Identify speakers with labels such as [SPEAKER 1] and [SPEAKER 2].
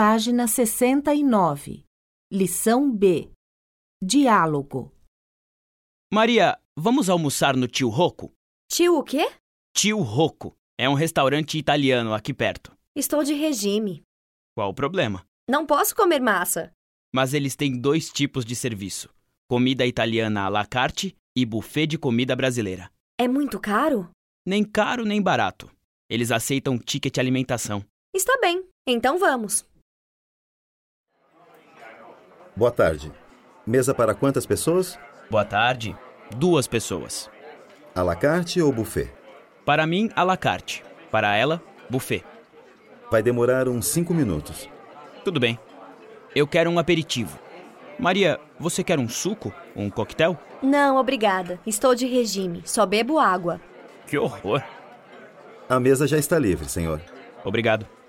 [SPEAKER 1] Página 69. Lição B. Diálogo.
[SPEAKER 2] Maria, vamos almoçar no Tio Rocco?
[SPEAKER 3] Tio, o quê?
[SPEAKER 2] Tio Rocco é um restaurante italiano aqui perto.
[SPEAKER 3] Estou de regime.
[SPEAKER 2] Qual o problema?
[SPEAKER 3] Não posso comer massa.
[SPEAKER 2] Mas eles têm dois tipos de serviço: comida italiana à la carte e buffet de comida brasileira.
[SPEAKER 3] É muito caro?
[SPEAKER 2] Nem caro nem barato. Eles aceitam ticket alimentação.
[SPEAKER 3] Está bem, então vamos.
[SPEAKER 4] Boa tarde. Mesa para quantas pessoas?
[SPEAKER 2] Boa tarde. Duas pessoas.
[SPEAKER 4] À la carte ou buffet?
[SPEAKER 2] Para mim, à la carte. Para ela, buffet.
[SPEAKER 4] Vai demorar uns cinco minutos.
[SPEAKER 2] Tudo bem. Eu quero um aperitivo. Maria, você quer um suco? Um coquetel?
[SPEAKER 3] Não, obrigada. Estou de regime. Só bebo água.
[SPEAKER 2] Que horror!
[SPEAKER 4] A mesa já está livre, senhor.
[SPEAKER 2] Obrigado.